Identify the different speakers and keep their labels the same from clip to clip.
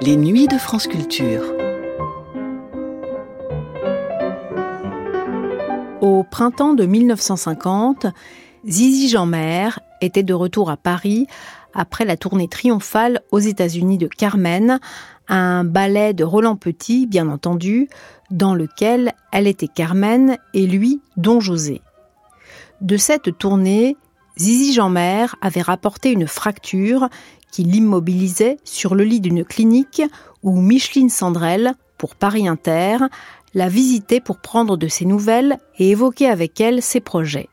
Speaker 1: Les nuits de France Culture.
Speaker 2: Au printemps de 1950, Zizi Jeanmaire était de retour à Paris après la tournée triomphale aux États-Unis de Carmen, un ballet de Roland Petit, bien entendu, dans lequel elle était Carmen et lui Don José. De cette tournée, Zizi Jeanmaire avait rapporté une fracture qui l'immobilisait sur le lit d'une clinique où Micheline Sandrel, pour Paris Inter, la visitait pour prendre de ses nouvelles et évoquer avec elle ses projets.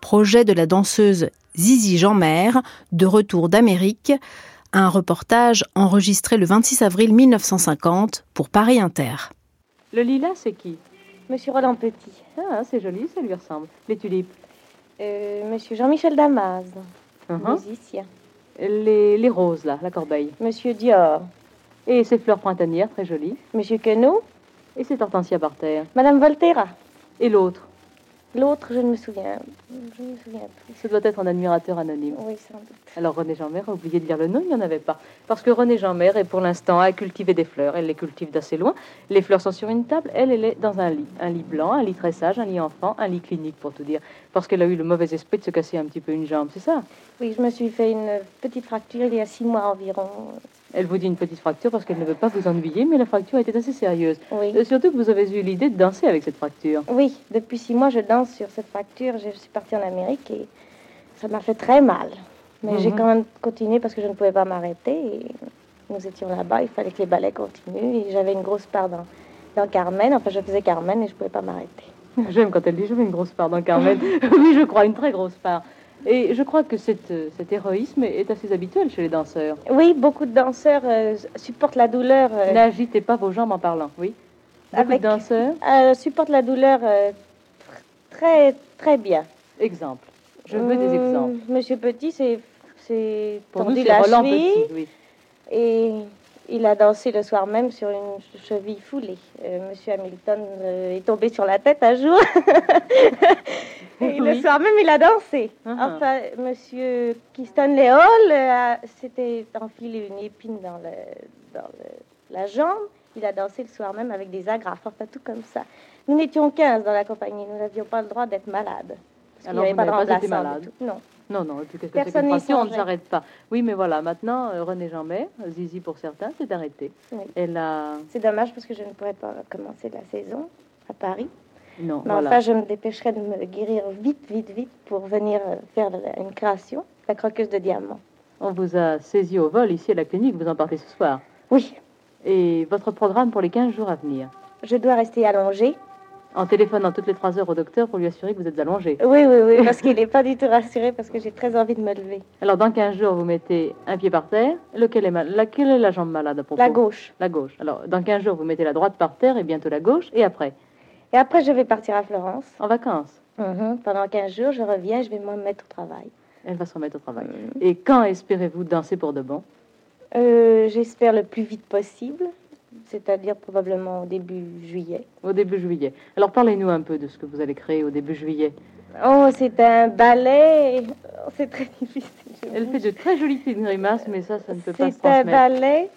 Speaker 2: Projet de la danseuse Zizi Jeanmaire, de retour d'Amérique, un reportage enregistré le 26 avril 1950 pour Paris Inter.
Speaker 3: Le lilas, c'est qui
Speaker 4: Monsieur Roland Petit.
Speaker 3: Ah, c'est joli, ça lui ressemble. Les tulipes,
Speaker 4: Euh, monsieur Jean-Michel Damas, Uh-huh.
Speaker 3: Uhum.
Speaker 4: musicien.
Speaker 3: les, les roses, là, la corbeille.
Speaker 4: Monsieur Dior.
Speaker 3: Et ces fleurs printanières, très jolies.
Speaker 4: Monsieur Queneau.
Speaker 3: Et cette hortensia par terre.
Speaker 4: Madame Volterra.
Speaker 3: Et l'autre,
Speaker 4: L'autre, je ne me souviens. Je ne me souviens plus.
Speaker 3: ce doit être un admirateur anonyme.
Speaker 4: Oui, sans doute.
Speaker 3: Alors René Jeanmaire a oublié de dire le nom, il n'y en avait pas. Parce que René Jeanmaire est pour l'instant à cultiver des fleurs. Elle les cultive d'assez loin. Les fleurs sont sur une table, elle, elle est dans un lit. Un lit blanc, un lit très sage, un lit enfant, un lit clinique pour tout dire. Parce qu'elle a eu le mauvais esprit de se casser un petit peu une jambe, c'est ça
Speaker 4: Oui, je me suis fait une petite fracture il y a six mois environ.
Speaker 3: Elle vous dit une petite fracture parce qu'elle ne veut pas vous ennuyer, mais la fracture était assez sérieuse.
Speaker 4: Oui.
Speaker 3: Euh, Surtout que vous avez eu l'idée de danser avec cette fracture.
Speaker 4: Oui, depuis six mois, je danse sur cette fracture. Je suis partie en Amérique et ça m'a fait très mal. Mais j'ai
Speaker 3: Mhm.
Speaker 4: quand même continué parce que je ne pouvais pas m'arrêter. et Nous étions là-bas, il fallait que les ballets continuent et j'avais une grosse part dans, dans Carmen. Enfin, je faisais Carmen et je ne pouvais pas m'arrêter.
Speaker 3: J'aime quand elle dit j'avais une grosse part dans Carmen. oui, je crois, une très grosse part. Et je crois que cette, euh, cet héroïsme est assez habituel chez les danseurs.
Speaker 4: Oui, beaucoup de danseurs euh, supportent la douleur, euh,
Speaker 3: N'agitez pas vos jambes en parlant, oui. Beaucoup
Speaker 4: Avec-
Speaker 3: de danseurs,
Speaker 4: euh, supportent la douleur euh, tr- très très bien.
Speaker 3: exemple. Je veux des
Speaker 4: Hum,
Speaker 3: exemples.
Speaker 4: Monsieur Petit s'est s'est
Speaker 3: Pour nous,
Speaker 4: tordu
Speaker 3: c'est
Speaker 4: la
Speaker 3: Roland
Speaker 4: cheville.
Speaker 3: Petit, oui.
Speaker 4: Et il a dansé le soir même sur une che- cheville foulée. Euh, Monsieur Hamilton euh, est tombé sur la tête un jour. Et le
Speaker 3: Oui.
Speaker 4: soir même, il a dansé.
Speaker 3: Ah.
Speaker 4: Enfin, Monsieur Keystone Léol euh, a- s'était enfilé une épine dans, le- dans le- la jambe. Il a dansé le soir même avec des agrafes, enfin tout comme ça. Nous n'étions 15 dans la compagnie, nous n'avions pas le droit d'être malades. Parce qu'il n'y
Speaker 3: Alors,
Speaker 4: avait
Speaker 3: vous
Speaker 4: pas de
Speaker 3: n'avez pas été
Speaker 4: remplaçant du
Speaker 3: malade.
Speaker 4: tout. Non.
Speaker 3: Non, non, et puis qu'est-ce que c'est
Speaker 4: Personne
Speaker 3: qu'une
Speaker 4: n'y
Speaker 3: fracture On ne
Speaker 4: songeait.
Speaker 3: s'arrête pas. Oui, mais voilà, maintenant, euh, René Jeanmaire, Zizi pour certains, s'est arrêtée.
Speaker 4: Oui.
Speaker 3: Elle a...
Speaker 4: C'est dommage parce que je ne pourrais pas commencer la saison à Paris.
Speaker 3: Non,
Speaker 4: Mais
Speaker 3: voilà.
Speaker 4: enfin, je me dépêcherai de me guérir vite, vite, vite pour venir euh, faire la- une création, la croqueuse de diamants.
Speaker 3: On vous a saisi au vol ici à la clinique, vous en partez ce soir.
Speaker 4: Oui,
Speaker 3: Et votre programme pour les 15 jours à venir
Speaker 4: je dois rester allongée.
Speaker 3: En téléphonant toutes les 3 heures au docteur pour lui assurer que vous êtes allongé.
Speaker 4: Oui, oui, oui, parce qu'il n'est pas du tout rassuré, parce que j'ai très envie de me lever.
Speaker 3: Alors, dans 15 jours, vous mettez un pied par terre. Lequel est mal... Laquelle est la jambe malade à propos
Speaker 4: La gauche.
Speaker 3: La gauche. Alors, dans 15 jours, vous mettez la droite par terre et bientôt la gauche. Et après,
Speaker 4: Et après, je vais partir à Florence.
Speaker 3: en vacances,
Speaker 4: Mhm. Pendant 15 jours, je reviens, je vais me mettre au travail.
Speaker 3: elle va se remettre au travail. Et quand espérez-vous danser pour de bon
Speaker 4: Euh, J'espère le plus vite possible, c'est-à-dire probablement au début juillet.
Speaker 3: Au début juillet. Alors, parlez-nous un peu de ce que vous allez créer au début juillet.
Speaker 4: Oh, c'est un ballet. Oh, c'est très difficile. je
Speaker 3: Elle
Speaker 4: vous
Speaker 3: fait de très jolies petites grimaces, mais ça, ça ne peut pas se
Speaker 4: C'est un
Speaker 3: transmettre.
Speaker 4: ballet.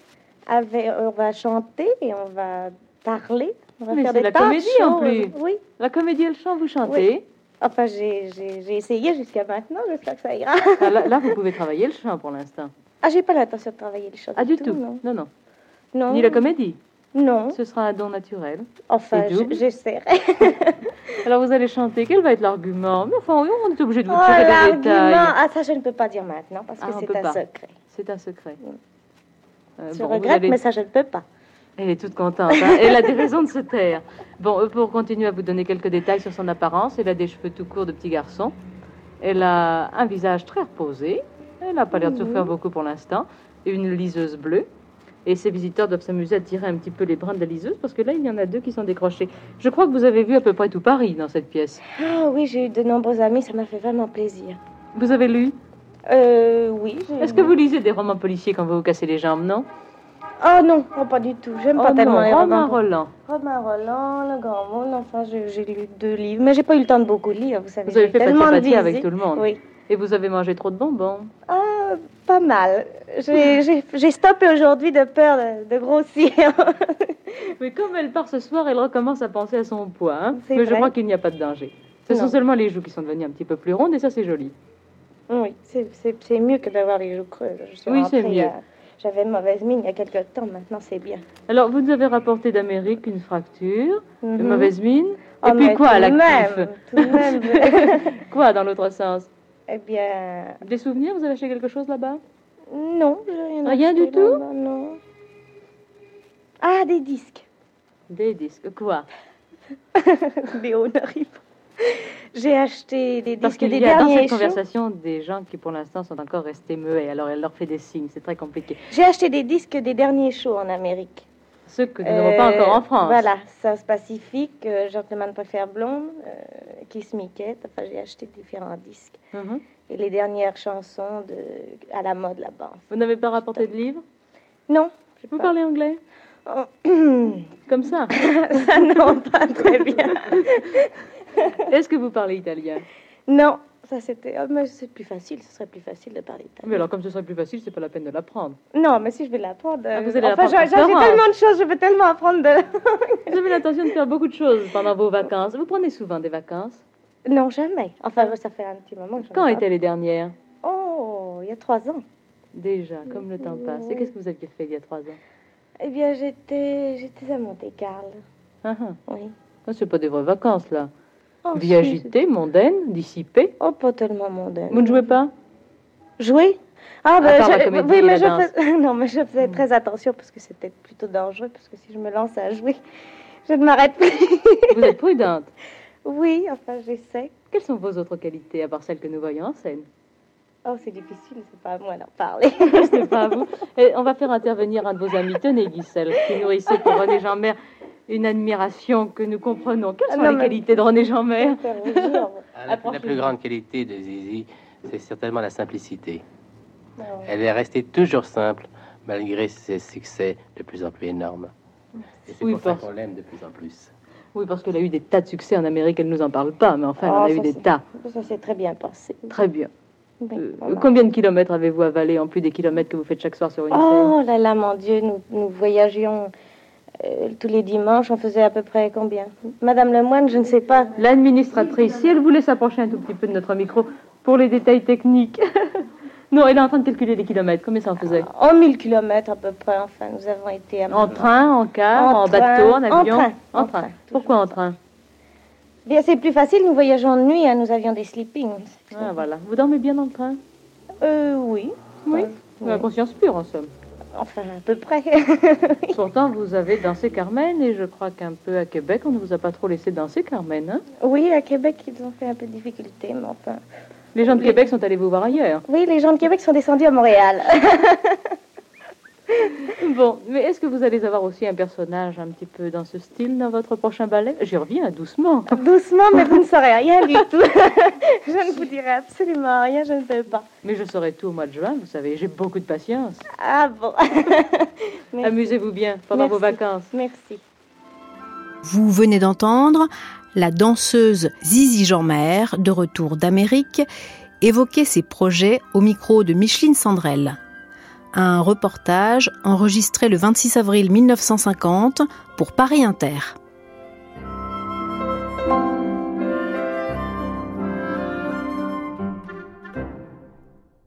Speaker 4: Avec, on va chanter et on va parler. On va
Speaker 3: Mais
Speaker 4: faire
Speaker 3: c'est
Speaker 4: des
Speaker 3: la
Speaker 4: tas de
Speaker 3: comédie, en
Speaker 4: choses.
Speaker 3: plus.
Speaker 4: Oui.
Speaker 3: La comédie et le chant, vous chantez.
Speaker 4: Enfin, j'ai j'ai- j'ai essayé jusqu'à maintenant. J'espère que ça ira.
Speaker 3: Ah, là, là, vous pouvez travailler le chant pour l'instant.
Speaker 4: Ah, j'ai pas l'intention de travailler les choses.
Speaker 3: Ah, du tout.
Speaker 4: Non.
Speaker 3: non.
Speaker 4: non.
Speaker 3: Ni la comédie.
Speaker 4: Non.
Speaker 3: Ce sera un don naturel.
Speaker 4: Enfin,
Speaker 3: Et double.
Speaker 4: je- j'essaierai.
Speaker 3: Alors vous allez chanter, quel va être l'argument Mais enfin, on est obligé de
Speaker 4: Oh,
Speaker 3: vous tirer des
Speaker 4: l'argument.
Speaker 3: détails.
Speaker 4: Ah, ça, je ne peux pas dire maintenant parce que
Speaker 3: Ah, on
Speaker 4: c'est
Speaker 3: peut
Speaker 4: un
Speaker 3: pas.
Speaker 4: secret.
Speaker 3: C'est un secret. Euh,
Speaker 4: Je
Speaker 3: bon, vous
Speaker 4: regrette,
Speaker 3: allez-
Speaker 4: mais ça, je ne peux pas.
Speaker 3: Elle est toute contente. hein. Elle a des raisons de se taire. Bon, euh, pour continuer à vous donner quelques détails sur son apparence, elle a des cheveux tout courts de petit garçon. Elle a un visage très reposé. Elle n'a pas l'air de souffrir beaucoup pour l'instant. Une liseuse bleue. Et ses visiteurs doivent s'amuser à tirer un petit peu les brins de la liseuse parce que là, il y en a deux qui sont décrochés. Je crois que vous avez vu à peu près tout Paris dans cette pièce.
Speaker 4: Ah oui, j'ai eu de nombreux amis. Ça m'a fait vraiment plaisir.
Speaker 3: Vous avez lu
Speaker 4: Euh, oui. j'ai-
Speaker 3: Est-ce que vous lisez des romans policiers quand vous vous cassez les jambes, non
Speaker 4: Oh non, oh, pas du tout. J'aime pas
Speaker 3: Oh
Speaker 4: tellement
Speaker 3: non,
Speaker 4: les
Speaker 3: Romain
Speaker 4: romans.
Speaker 3: Roland.
Speaker 4: Romain Roland, Le Grand Monde, enfin j'ai j'ai lu deux livres, mais j'ai pas eu le temps de beaucoup lire, vous savez.
Speaker 3: Vous avez
Speaker 4: j'ai
Speaker 3: fait
Speaker 4: tellement de
Speaker 3: pâté avec
Speaker 4: visites.
Speaker 3: tout le monde.
Speaker 4: Oui.
Speaker 3: Et vous avez mangé trop de bonbons.
Speaker 4: Ah, Euh, pas mal. J'ai- J'ai j'ai stoppé aujourd'hui de peur de, de grossir.
Speaker 3: Mais comme elle part ce soir, elle recommence à penser à son poids. hein.
Speaker 4: C'est
Speaker 3: Mais je
Speaker 4: vrai.
Speaker 3: crois qu'il n'y a pas de danger. Ce sont
Speaker 4: Non.
Speaker 3: seulement les joues qui sont devenues un petit peu plus rondes et ça, c'est joli.
Speaker 4: oui, c'est- c'est c'est mieux que d'avoir les joues creuses. Je suis
Speaker 3: Oui, c'est
Speaker 4: rentrée,
Speaker 3: mieux.
Speaker 4: euh, J'avais mauvaise mine il y a quelques temps, maintenant c'est bien.
Speaker 3: Alors, vous nous avez rapporté d'Amérique une fracture, une
Speaker 4: Mhm.
Speaker 3: mauvaise mine.
Speaker 4: Oh,
Speaker 3: et puis
Speaker 4: mais
Speaker 3: quoi à
Speaker 4: tout de
Speaker 3: l'actif
Speaker 4: même, tout de même.
Speaker 3: Quoi dans l'autre sens
Speaker 4: Eh bien,
Speaker 3: Des souvenirs Vous avez acheté quelque chose là-bas
Speaker 4: non, j'ai rien.
Speaker 3: Rien du
Speaker 4: acheté
Speaker 3: tout
Speaker 4: là-bas, Non. Ah, des disques.
Speaker 3: Des disques. Quoi
Speaker 4: Des honoris. J'ai acheté des
Speaker 3: Parce
Speaker 4: disques
Speaker 3: qu'il
Speaker 4: des
Speaker 3: y a dans
Speaker 4: derniers
Speaker 3: cette
Speaker 4: shows.
Speaker 3: conversation des gens qui pour l'instant sont encore restés muets. Alors elle leur fait des signes, c'est très compliqué.
Speaker 4: J'ai acheté des disques des derniers shows en Amérique.
Speaker 3: Ceux que nous n'avons pas
Speaker 4: Euh,
Speaker 3: encore en France.
Speaker 4: Voilà, South Pacific, euh, Gentleman Préfère Blonde, euh, Kiss Me Kate. Enfin, j'ai acheté différents disques.
Speaker 3: Mhm.
Speaker 4: Et les dernières chansons de, à la mode là-bas.
Speaker 3: Vous n'avez pas rapporté de livres
Speaker 4: Non, je
Speaker 3: Vous parlez anglais
Speaker 4: pas.
Speaker 3: Comme ça
Speaker 4: Ça, non, pas très bien.
Speaker 3: Est-ce que vous parlez italien
Speaker 4: Non, ça c'était. oh, mais c'est plus facile, ce serait plus facile de parler italien.
Speaker 3: Mais alors comme ce serait plus facile, c'est pas la peine de l'apprendre.
Speaker 4: Non, mais si je vais l'apprendre.
Speaker 3: Ah,
Speaker 4: euh,
Speaker 3: vous allez
Speaker 4: enfin,
Speaker 3: l'apprendre
Speaker 4: j'ai j'ai
Speaker 3: par Florence.
Speaker 4: tellement de choses, je veux tellement apprendre de.
Speaker 3: Vous avez l'intention de faire beaucoup de choses pendant vos vacances. Vous prenez souvent des vacances
Speaker 4: Non, jamais. Enfin, ça fait un petit moment que j'en
Speaker 3: Quand
Speaker 4: ai
Speaker 3: étaient les dernières
Speaker 4: pas. Oh, il y a trois ans.
Speaker 3: Déjà, comme le temps passe. Et qu'est-ce que vous aviez fait il y a trois ans
Speaker 4: Eh bien, j'étais, j'étais à Monte-Carlo.
Speaker 3: Ah, ah.
Speaker 4: Oui.
Speaker 3: Ah, C'est pas des vraies vacances là.
Speaker 4: Oh,
Speaker 3: Vie
Speaker 4: si,
Speaker 3: agitée, mondaine, dissipée.
Speaker 4: c'est- Oh, pas tellement mondaine.
Speaker 3: Vous ne jouez pas
Speaker 4: Jouer Ah, ben,
Speaker 3: part la
Speaker 4: je-
Speaker 3: comédie et
Speaker 4: oui,
Speaker 3: la
Speaker 4: mais je
Speaker 3: danse.
Speaker 4: fais- non, mais je faisais
Speaker 3: Mm.
Speaker 4: très attention parce que c'était plutôt dangereux. Parce que si je me lance à jouer, je ne m'arrête plus.
Speaker 3: Vous êtes prudente.
Speaker 4: oui, enfin, j'essaie.
Speaker 3: Quelles sont vos autres qualités, à part celles que nous voyons en scène
Speaker 4: Oh, c'est difficile, c'est pas à moi d'en parler.
Speaker 3: Ce n'est pas à vous. Et on va faire intervenir un de vos amis, tenez Guissel, qui nourrissait pour René Jeanmaire une admiration que nous comprenons. Quelles
Speaker 4: Ah,
Speaker 3: sont
Speaker 4: non,
Speaker 3: les
Speaker 4: mais-
Speaker 3: qualités de René Jeanmaire
Speaker 1: Ah, La, la
Speaker 3: Approchez-vous.
Speaker 1: plus grande qualité de Zizi, c'est certainement la simplicité. Elle est restée toujours simple, malgré ses succès de plus en plus énormes. Et c'est
Speaker 3: Oui,
Speaker 1: pour ça
Speaker 3: parce-
Speaker 1: qu'on l'aime de plus en plus.
Speaker 3: Oui, parce qu'elle a eu des tas de succès en Amérique, elle ne nous en parle pas, mais enfin, elle en
Speaker 4: Ah,
Speaker 3: a eu
Speaker 4: ça,
Speaker 3: des
Speaker 4: c'est-
Speaker 3: tas.
Speaker 4: Ça s'est très bien passé.
Speaker 3: Très bien.
Speaker 4: Oui,
Speaker 3: Euh,
Speaker 4: voilà.
Speaker 3: Combien de kilomètres avez-vous avalé, en plus des kilomètres que vous faites chaque soir sur une scène
Speaker 4: Oh là là, mon Dieu, nous, nous voyagions euh, tous les dimanches. On faisait à peu près combien Madame Lemoine, je ne sais pas.
Speaker 3: L'administratrice, si elle voulait s'approcher un tout petit peu de notre micro pour les détails techniques. non, elle est en train de calculer les kilomètres. Combien ça en faisait
Speaker 4: En 1000 Oh, kilomètres à peu près, enfin, nous avons été à...
Speaker 3: En train, en car, en,
Speaker 4: train,
Speaker 3: bateau, en avion
Speaker 4: train, en
Speaker 3: train.
Speaker 4: train,
Speaker 3: Pourquoi en train
Speaker 4: Bien, c'est plus facile, nous voyageons de nuit, hein, nous avions des sleepings.
Speaker 3: Ah, voilà. Vous dormez bien dans le train
Speaker 4: Euh, oui.
Speaker 3: Oui. Ah
Speaker 4: Oui.
Speaker 3: La conscience pure, en somme.
Speaker 4: Enfin, à peu près.
Speaker 3: Pourtant, vous avez dansé Carmen, et je crois qu'un peu à Québec, on ne vous a pas trop laissé danser Carmen. hein
Speaker 4: oui, à Québec, ils ont fait un peu de difficulté, mais enfin...
Speaker 3: Les gens de Québec sont allés vous voir ailleurs.
Speaker 4: Oui, les gens de Québec sont descendus à Montréal.
Speaker 3: Bon, mais est-ce que vous allez avoir aussi un personnage un petit peu dans ce style dans votre prochain ballet J'y reviens doucement.
Speaker 4: Doucement, mais vous ne saurez rien du tout. je ne vous dirai absolument rien, je ne peux pas.
Speaker 3: Mais je saurai tout au mois de juin, vous savez, j'ai beaucoup de patience.
Speaker 4: Ah bon. Merci.
Speaker 3: Amusez-vous bien pendant vos
Speaker 4: Merci.
Speaker 3: vacances.
Speaker 4: Merci.
Speaker 2: Vous venez d'entendre la danseuse Zizi Jeanmer, de retour d'Amérique, évoquer ses projets au micro de Micheline Sandrel. Un reportage enregistré le 26 avril 1950 pour Paris Inter.